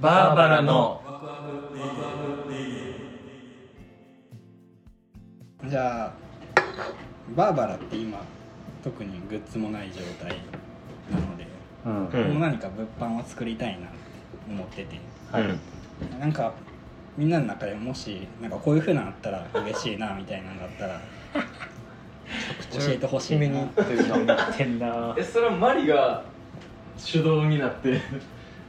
バーバラのじゃあバーバラって今特にグッズもない状態なので、うんうんもう何か物販を作りたいなって思っててはいなんかみんなの中でもしなんかこういうふうなのあったら嬉しいなみたいなのがあっ たら教えてほしいななってんなえそれはマリが主導にな って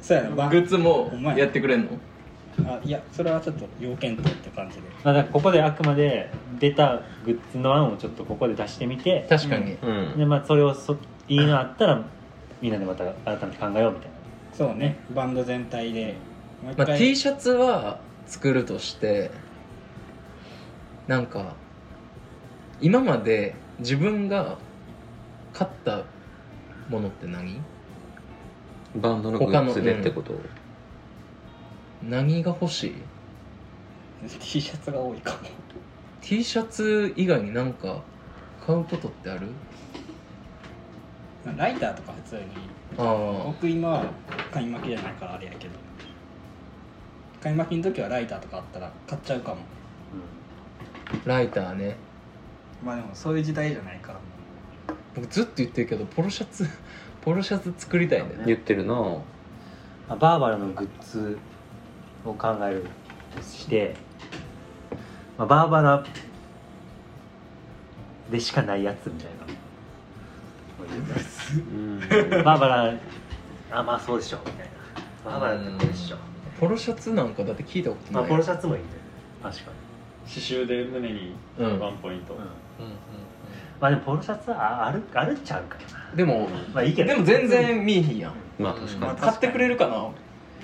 そうやグなバッズもお前やってくれんのあいやそれはちょっと要件とって感じでまあだからここであくまで出たグッズの案をちょっとここで出してみて確かに、でまあそれをそいいのあったらみんなでまた改めて考えようみたいそうねバンド全体でもう一まあ、T シャツは作るとしてなんか今まで自分が買ったものって何バンドのグッズでってこと何が欲しい T シャツが多いかも T シャツ以外になんか買うことってあるまあライターとか普通にあ僕今は買い負けじゃないからあれやけど買い負けの時はライターとかあったら買っちゃうかもあライターねまあでもそういう時代じゃないからも僕ずっと言ってるけどポロシャツ ポロシャツ作りたいね言ってるなな、まあ、バーバラのグッズを考えるとして、まあ、バーバラでしかないやつみたいなうんバーバラあまあそうでしょみたいなバーバラってこうでしょみたいポロシャツなんかだって聞いたことなな、まあ、いポロシャツもいいね確か刺繍で胸にうんうんワンポイント、に、うん、うんまあでもポロシャツはああるあるっちゃうからなうんでもまあいいけどでも全然見えへんやんまあ確まかあ買ってくれるかな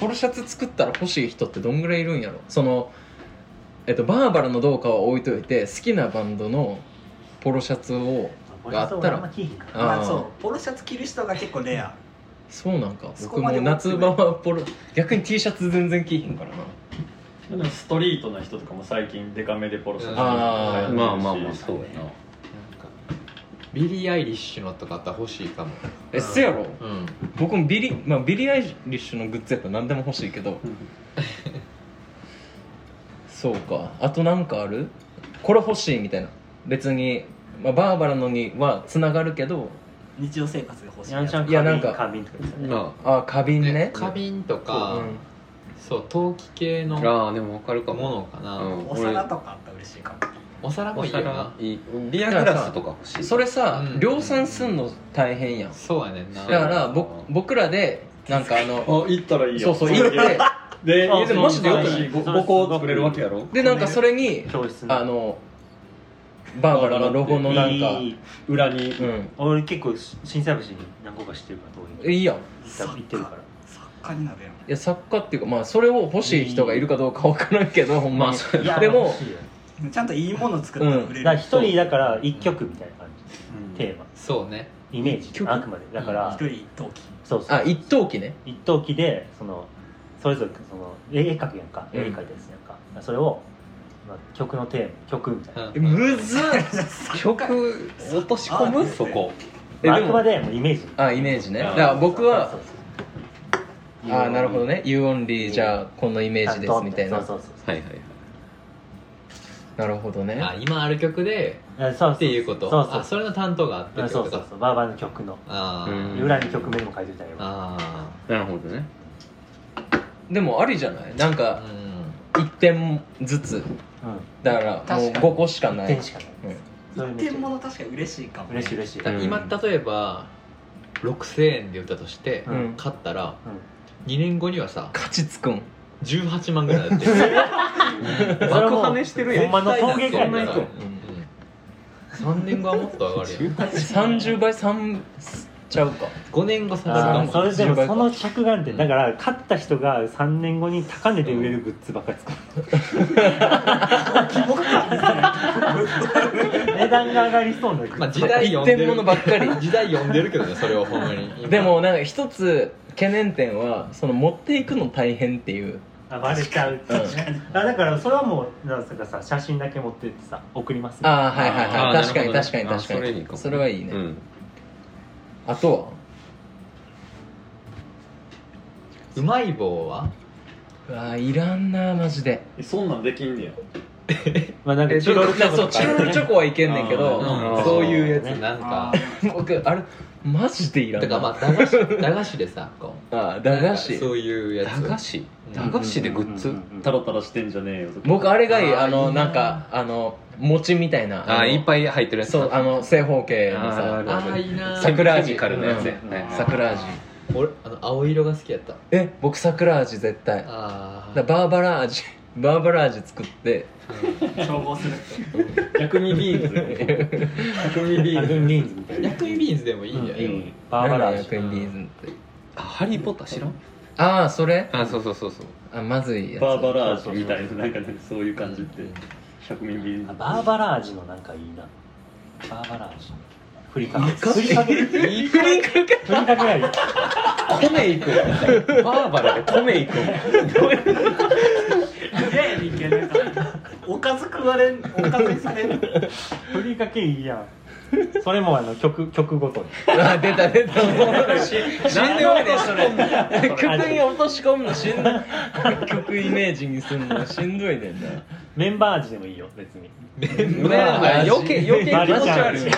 ポロシャツ作ったら欲しい人ってどんぐらいいるんやろそのえっとバーバラのどうかは置いといて好きなバンドのポロシャツをポロシャツは俺あんま着ひんからあーポロシャツ着る人が結構レアそうなんかそ僕こまもでう持って夏ない場はポロ逆に T シャツ全然着いひんからなでもストリートな人とかも最近デカめでポロシャツ着てあーるにしまあまあまあそうやなビリー・アイリッシュのとかあったら欲しいかもえせやろうん僕もビリ,、まあ、ビリー・アイリッシュのグッズやったら何でも欲しいけどそうかあとなんかあるこれ欲しいみたいな別に、まあ、バーバラのにはつながるけど日常生活で欲しいヤやンつちゃんいや花なん瓶か花瓶とかですよねまあ花瓶でね花瓶とか、うんそう陶器系のもああでも分かるかものかな、うんお皿とかあったら嬉しいかもお皿もいいよな俺いいビアグラスとか欲しいそれさ、うん量産すんの大変やんそうやねんなだからぼ僕らでなんかあのあ行ったらいいそようそう行ってであ家でそうマジでよくないいいごそごこすごくう作れるわけやろでなんかそれに教室あのバーバラのロゴのなんかいい裏にうん俺結構し震災橋に何個か知ってるからどういいういやんい行ってるから作家になるやんや作家っていうかまあそれを欲しい人がいるかどうか分からんけどほんまにいやでも欲しいよちゃんといいもの作ったら売れだる、から一人だから一曲みたいな感じ、テーマそうねイメージ曲あくまでだから、一人陶器そうそうあ一等機ね一等機でそのそれぞれその絵描くやんかうん絵描いたやつやんか、それを、まあ、曲のテーマ曲みたいな、うんえむずっ曲落とし込むそこえまあ、であくまもでもうイメージあイメージねあだーから僕そはうそうそうああなるほどね「You Only」じゃあこのイメージですみたいなそうそうそうはいはいはいなるほどねあ今ある曲でそうそうっていうことそうそうあそれの担当があってあってそこうそとうかそうバーバーの曲のああ、うん裏に曲名も書いておいたよあなるほどねでもありじゃないなんあかうん1点ずつうんだからもう5個しかない点しかなういんそれめっちゃ天物確かに嬉しいかも嬉しい嬉しいだから今例えば6000円で売ったとして、うん買ったらうん2年後にはさ勝ちつくん18万ぐら いだってるれも爆跳ねしてるやんほんまの陶芸家やんねな3年後はもっと上がるよ30倍3ちゃうか5年後下がるかあもーそれでも10倍その着眼点だから勝った人が3年後に高値で売れるグッズばっかり作る値段が上がりそうなグッズ、まあ時代読んで一点る物ばっかり時代読んでるけどねそれをほんまに今でもなんか一つ懸念点はその持っていくの大変っていうあバレちゃうっていうねあだからそれはもうなんかさ写真だけ持ってってさ送りますねああはいはいあーはい確かになる確ほどねあそかに確かれいいにかもそれはいいね、うんあとうまい棒はうわーいらんなマジでえそんなんできんねやまあなんかチロルチョコそとうチかロルチョコはいけんねんけどうんそういうやつねなんか僕あれマジでいらんだからまあ駄菓子駄菓子でさこうああ駄菓子そういうやつ駄菓子うん駄菓子でグッズタラタラしてんじゃねえよとか僕あれがいいあーあのいいななんかあの餅みたいなあのーいっぱい入ってるやつそうあの正方形のあさーああいいな桜味ケミカルのやつやね桜味俺あの青色が好きやったえ僕桜味絶対だかあらバーバラ味 バーバラ味作って調合する薬味ビーンズ薬味ビアーンルズンリンズみたいな薬味ビーンズでもいいんじゃない、バーバラー何シが100円ビーズってあハリー・ポッター知らんああそれあそうそうそうそうあまずいやつバーバラ味みたいななんかねそういう感じって百味ビーンズバーバラ味のなんかいいなバーバラ味ふりかけかふりかけふりかけふりかけない米行く バーバラで米行くええけなんかおかず食われんおかずにされんふりかけいいやんそれもあの曲曲ごとにあ出た出たしんどいねそれ曲に落とし込むのしんどい曲イメージにするのしんどいねんなメンバー味でもいいよ別にまあ余計余計マ気リ持ちちゃん悪い 味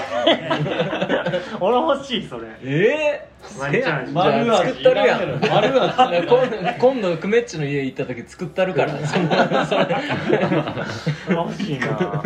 俺欲しいそれえマリちゃん味じゃあ作ったるやん丸味今度今度クメッチの家行った時作ったるからそんなそれそれ欲しいな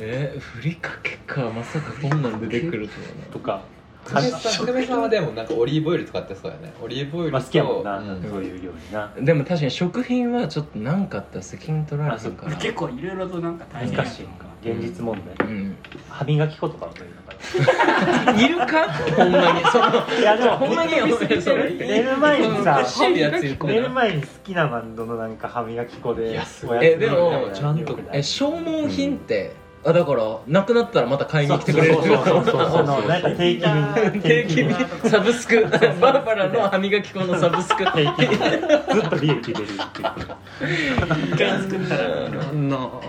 えー、ふりかけかまさかこんなん出てくるとはなとか久米さん久米さんはでもなんかオリーブオイル使ってそうやねオリーブオイルと、まあ好きやもんな、うんそういう料理なでも確かに食品はちょっと何かあったら責任取られるから結構いろいろとなんか大変難しいか現実問題、うん歯磨き粉とかもいいのかいるかほんまにそのないやでもほんまにお前それ寝る前にさ欲しいやつ言って寝るる前に好きなバンドのなんか歯磨き粉でおやつえでもちゃんとえ消耗品って、あだからなくなったらまた買いに来てく れるそうそうそうそうそのなんか定期 便定期便サブスクバーバラの歯磨き粉のサブス ク定期便ずっと利益出るっていう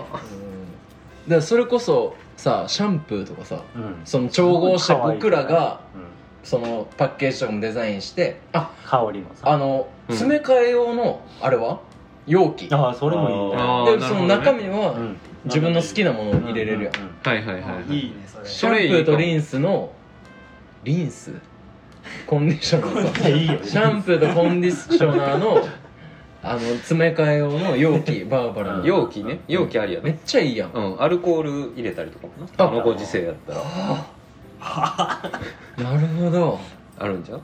だからそれこそさシャンプーとかさうんその調合してすごい可愛い僕らがうんそのパッケージとかもデザインしてあ香りもさあの詰め替え用のあれは容器でああそれもいいねあーなるそほのどね中身うはん自分の好きなものを入れれるやんうんはいはいはいはいいいねそれシャンプーとリンスのリンスコンディショナーうんいいよシャンプーとコンディショナーのあの詰め替え用の容器バーバラの容器ね容器ありやめねっちゃいいやんうんアルコール入れたりとかもなあこのご時世やったらなるほどあるんじゃう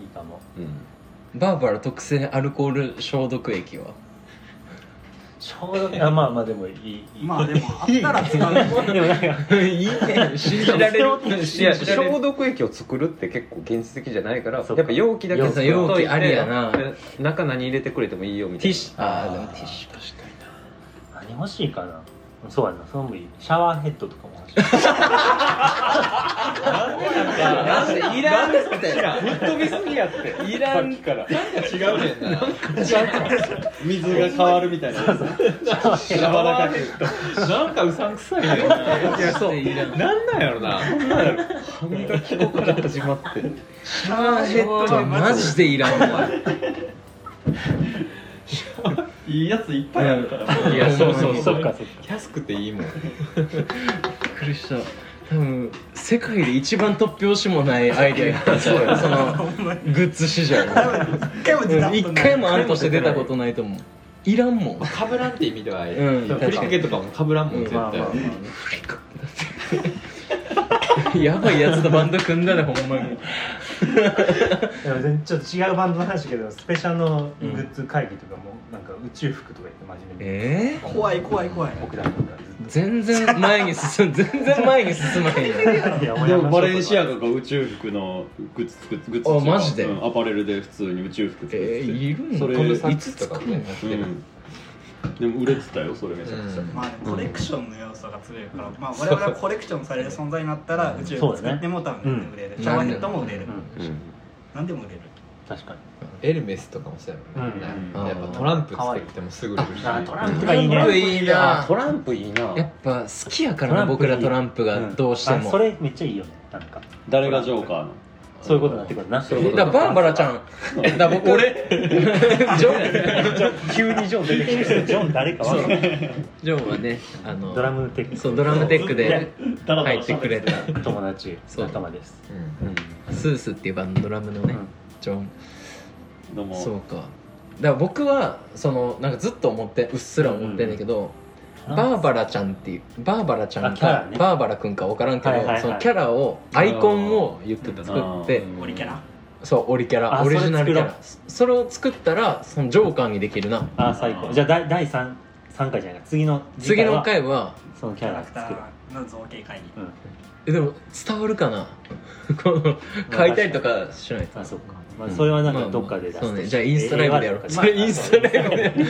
いいかもうんバーバラ特製アルコール消毒液はあまあまあでもいいいいまあでもあったら使う でもなんか いいね信じられるいや消毒液を作るって結構現実的じゃないからやそっっかぱ容器だけ作っといて容器ありやなで中何入れてくれてもいいよみたティいッなシュあーでもティッシュ確かに何欲しいかなそうやなそれもいいシャワーヘッドとかも欲しいいらんってぶっ飛びすぎやっていらんから違うねんな水が変わるみたいな柔らかくなんかうさんくさいねそういらんなんなんやろな歯磨き粉から始まってシャワーヘッドはマジでいらんわいいやついっぱいあるからいやそうそうそそううかそっか安くていいもんびっくりした多分世界で一番突拍子もないアイデアがそうやそのグッズ市場一回も出たことない一回も案として出たことないと思ういらんもんうかぶらんって意味ではあれんふ確りかかにけとかもかぶらんもん絶まあ対まあま あやばいやつとバンド組んだねほんまにでも全ちょっと違うバンドの話だけどスペシャルのグッズ会議とかもなんか宇宙服とか言って真面目に、えー怖い怖い怖い僕らなんかず全然前に進む全然前に進まへん やんっといやでもバレンシアガガが宇宙服のグッズ作ってグッズあっていうかマジでうんアパレルで普通に宇宙服作ってて、えー、いるんだそれトム・うサンクスとかみたいになってるんでも売れてたよそれめちゃくちゃ、まあでもコレクションの要素が強いから、まあ我々はコレクションされる存在になったら宇宙そうだ服ね作っても多分売れる、うんシャワーヘッドも売れる、うん何でも売れる確かにエルメスとかもそうやもんね、うんやっぱトランプ作ってもすぐ売れるしあトランプがいいねいいなトランプいいなやっぱ好きやからな僕らトランプがどうしてあもそれめっちゃいいよねなんか誰がジョーカーのあそういうことになってくるなえだからバーバラちゃんだから僕俺 ジョン 急にジョン出てきてジョン誰かわかんないジョンはねあのドラムテックそうドラムテックいやで、ダラダ入ラってくれた、友達そう仲間ですうん、スースっていうバンドドラムのね、うんジョンどうもそうかだから僕はそのなんかずっと思ってうっすら思ってんだけど、バーバラちゃんっていうバーバラちゃんあキャか、ラねバーバラくんか分からんけど、はいはいはいそのキャラをアイコンを言って作ってオリキャラそうオリキャラあオリジナルキャそラそれを作ったらそのジョーカーにできるなあー最高じゃあだい第 3, 三回じゃないか次の次のは回はそのキキャャララクタ作るーの造形会議うんえでも伝わるかな この書いたりとかしないとあそっか、まあ、それはなんかどっかで出すとそうしてねじゃあインスタライブでやろうえか、ーそれインスタライブでやろ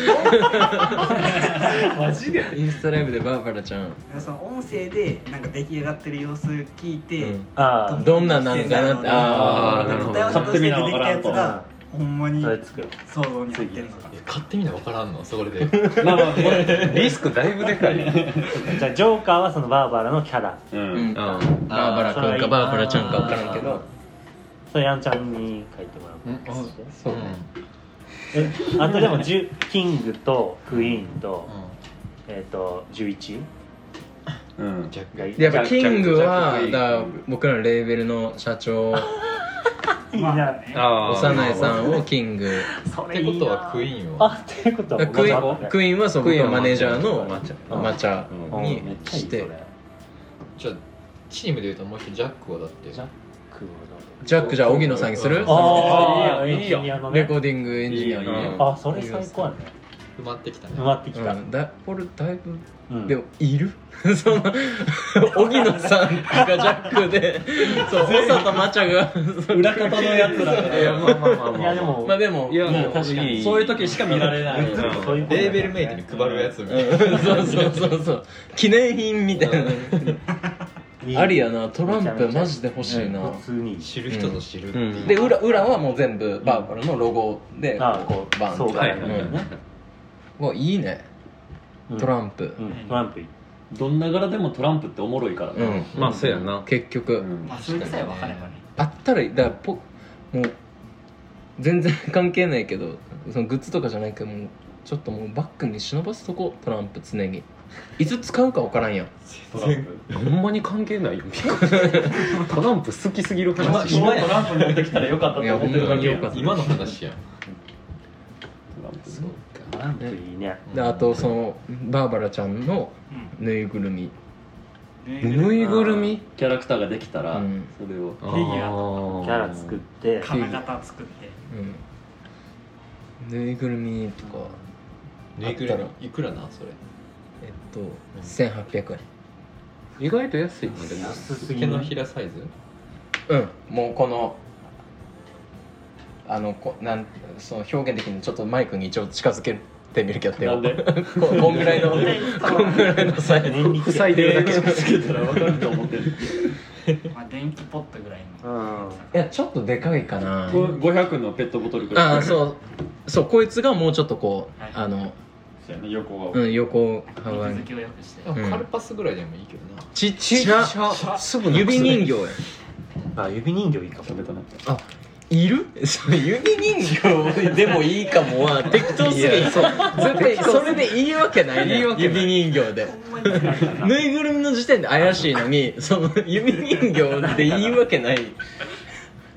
うマジでインスタライブでバーバラちゃん、その音声でなんか出来上がってる様子聞いて、うんあどんななんかなってあーなるほど勝手に出てきたやつがほんまあにそれ作る想像に入ってるのかえ買ってみな分からんのそれ でまあまあこれリスクだいぶでかいよじゃあジョーカーはそのバーバラのキャラううんん、バあーバラくんかバーバラちゃんか分からんけどそれやんちゃんに書いてもらうそうねえあとでも10キングとクイーンと,、えー、と11うん逆がいでやっぱキングはジャックジャックだから僕らのレーベルの社長いいまあなねあー幼いさんをキング そってことはクイーンはあっていうことはクイもうーンクイーンはそう僕のマネージャーのマチマチャうンんにめっちゃいいしそれてじゃあチームでいうともう一人ジャックはだってジャックをジャックじゃあ荻野さんにするあああいいよエンジニアのねレコーディングエンジニアにいいねよあそれ最高やね埋まってきたね埋まってきた、うん、だ俺だいぶうんでもいる その荻野さんがジャックで そう長とマチャが裏方のやつらいやまあまあまあまあいやでも まあでもいやももうう確かにそういう時しか見られないうんそういうことだレよねーベルメイトに配るやつみたいなそうそうそうそう記念品みたいいいなありやなトランめちゃプめちゃマジで欲しいな普通にいいし知る人ぞ知るっていう、うんで裏裏はもう全部バーバラのロゴでああこうバンそうかはねいはいはいうわいいねうんトランプうんトランプいいどんな柄でもトランプっておもろいからうねんまあそうやな結局うんまあそれさえ分かればねあったらいいだからぽもう全然関係ないけどそのグッズとかじゃないけどもうちょっともうバッグに忍ばすとこトランプ常にいつ使うか分からんやんトランプほんまに関係 ないよトランプ好きすぎる今話今トランプ持ってきたらよかったいとや思本ってる当だにけやよんトかった今の話やんランプねトランプいいねであとそのバーバラちゃんのぬいぐるみうんねぬいぐるみキャラクターができたらうんそれを キフィギュアキャラ作って金型作ってうんぬいぐるみとかぬいぐるみいくらなそれえっと1800円意外と安いなでも安すぎ手のないひらサイズうんもうこのあのこなんその表現的にちょっとマイクに一応近づけてみるけどなんで ここんぐらいのこんぐらいのサイズ年力塞いでるだけつけたら分かると思ってるまあ電気ポットぐらいのうんいやちょっとでかいかなこれ500のペットボトルくらいああそうそうこいつがもうちょっとこう、はいあの、そうやね横がうん、横幅水に付きを良くしてんカルパスぐらいでもいいけどなちっちゃすぐ指人形やあ指人形いいかも喋ったないる そう指人形でもいいかもは適当すぎるそう絶対それでいいわけないね指人形でほんまに疲れたな ぬいぐるみの時点で怪しいのにその指人形でいいわけない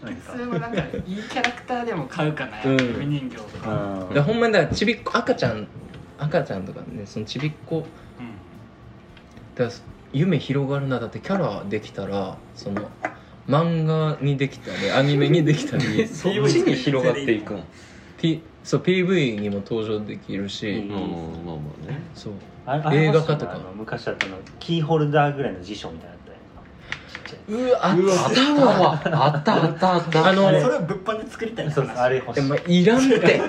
普通のなんかいいキャラクターでも買うかな、うん指人形とうか、んでほんまにだからちびっこ赤ちゃん赤ちゃんとかねそのちびっこうんだから夢広がるなだってキャラできたらその漫画にできたりアニメにできた りそっちに広がっていくん P そう PV にも登場できるし、うんまあまあまあねそうあれ映画化とかあの昔だったのキーホルダーぐらいの辞書みたいなのあったやんうかわあっあったわあったあったあったあのそれを物販で作りたいそうそうあれ欲しい、まあ、いらんって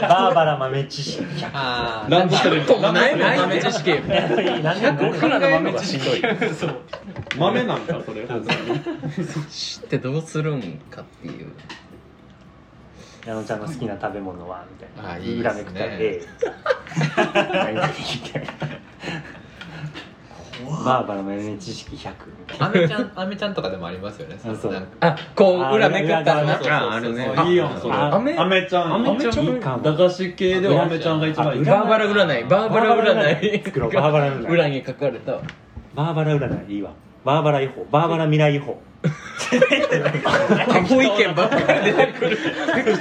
バーバラ豆知識あランドセルともないもん豆知識100何でも僕らの豆知識豆なんかそれ知ってどうするんかっていう矢野ちゃんの好きな食べ物はみたいなあいいですね裏めくったら A 何々みたいなこバーバラの豆知識100アメちゃん、アメちゃんとかでもありますよね。あそうなんかあこう裏めくったらなあああるねあいいよそれあア飴メちゃんアメ駄ちゃんいいかも菓子系ではアメちゃんが一番いい裏バーバラ占いバーバラ占い作ろうバーバラ占い裏に書かれたバーバラ占いいいわバーバラ違法バーバラ未来違法過去意見ばっかり出てくる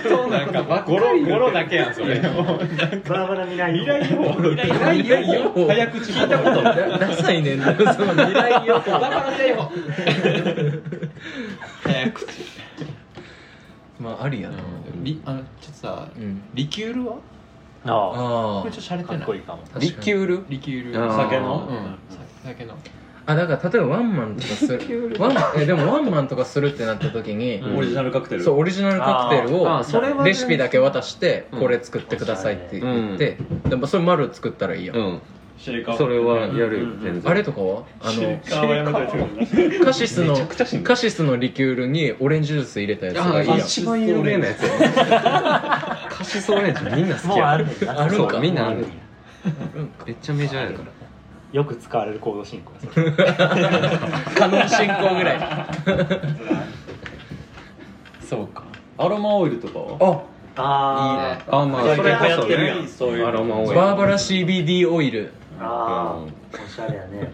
そうなんかばっかり言うてるだけやんそれバーバラ未来違未来法未来予報早口聞いたことだダサいねんなその未来予報バーバラ逮捕早口まあありやなりあのちょっとさうんリキュールはああこれちょっと洒落あかてっなこいいいかもあリキュールリキュール酒うのん酒のあだから例えばワンマンとかするワンえでもワンマンとかするってなった時にうんオリジナルカクテルそうオリジナルカクテルあーあーそれはをねレシピだけ渡してうんこれ作ってくださいって言ってでもそれ丸作ったらいいやんうんシェリカそれはやるようん全然あれとかはあシェリのカはやめといてくれカシスのめちゃくちゃしんどいカシスのリキュールにオレンジジュース入れたやつがいいやんあ一番有名なやつやカシスオレンジみんな好もきうやあるねんなあるんかそうみんなあるねんもうめっちゃメジャーやからよく使われる行動進行やそれカノン進行ぐらい そうかアロマオイルとかはあいいあねあまあいそやいれやこそ流行ってるやんねそういうのアロマオイルバーバラ CBD オイルああうんあおしゃれやね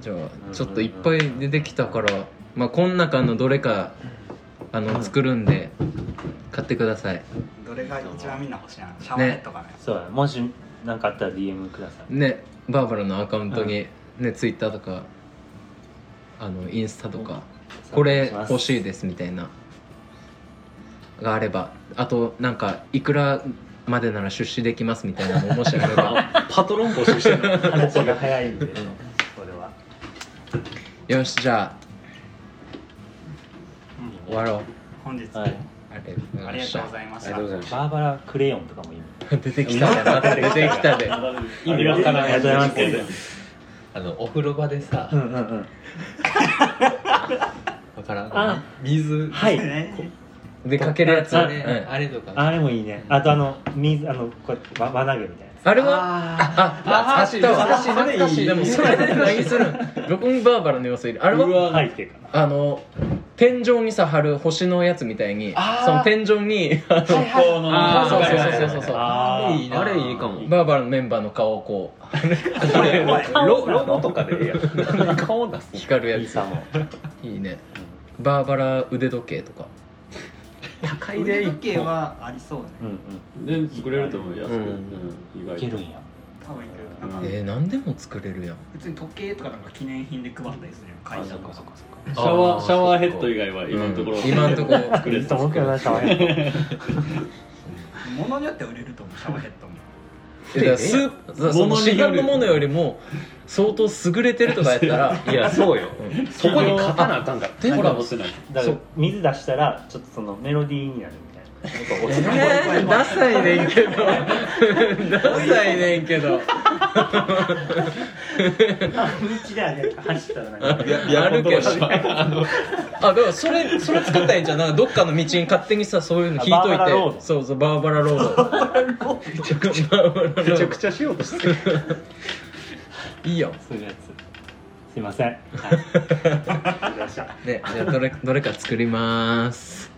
じゃあちょっといっぱい出てきたからまあこの中のどれかあの作るんで買ってくださいどれが一番みんな欲しいなシャワーヘッドかねそうやもし何かあったら DM くださいねバーバラのアカウントに、ねツイッターとかあのインスタとか、これ欲しいですみたいながあればあとなんかいくらまでなら出資できますみたいなのももしあれ ばパトロン募集してる話が早いんでこれはよしじゃあ終わろう本日はいありがとうござあいまりがしとうたございまあしりがとたうございましたバーバラクレヨンとかもいいね出てきたでまた出てきたで意味わからないありがとうございますあのお風呂場でさうんうんうんわからんあ水はいね出かけるやつああ,、うれん、あれとかあれもいいねあとあの水あのこうやってわ輪投げみたいなやあれはああああったわでもそれ何するんどこにバーバラの要素いるあれはうつわ入ってるかあの天井にさ貼る星のやつみたいにその天井にあのこのあそうーそうそうそうそうそうああーれいいなあれいいかもバーバラのメンバーの顔を こうロロゴとかでええやん 顔出す光るいいやつさもいいねバーバラ腕時計とか高腕時計はありそうねうんうんで作れると思うよ安くうんうん意い外けとるんや多分いるなんかえー、何でも作れるやん普通に時計とかなんか記念品で配ったりするよ会社とかシャワあーーシャワーヘッド以外は今のところ今んとこ作れいるいと思うけどなシャワーヘッ物によっては売れると思うシャワーヘッドもえだからスーそその市販のものよりも相当優れてるとかやった らいやそう よそこに勝たなあかんからコラボしてないドだから水出したらちょっとそのメロディーになるみたい ななんか落ちないえー、ダサいねんけどダサいねんけど道であれ走ったらなんかやるけどあでもそれそれ作ったらいいんじゃんなんかどっかの道に勝手にさそういうの引いとバーバラロいードてそうそうバーバラロードバーバラロードめちゃくちゃしようとしてるいいよそういうやつすいませんはいいらっしゃい ねじゃあどれどれか作ります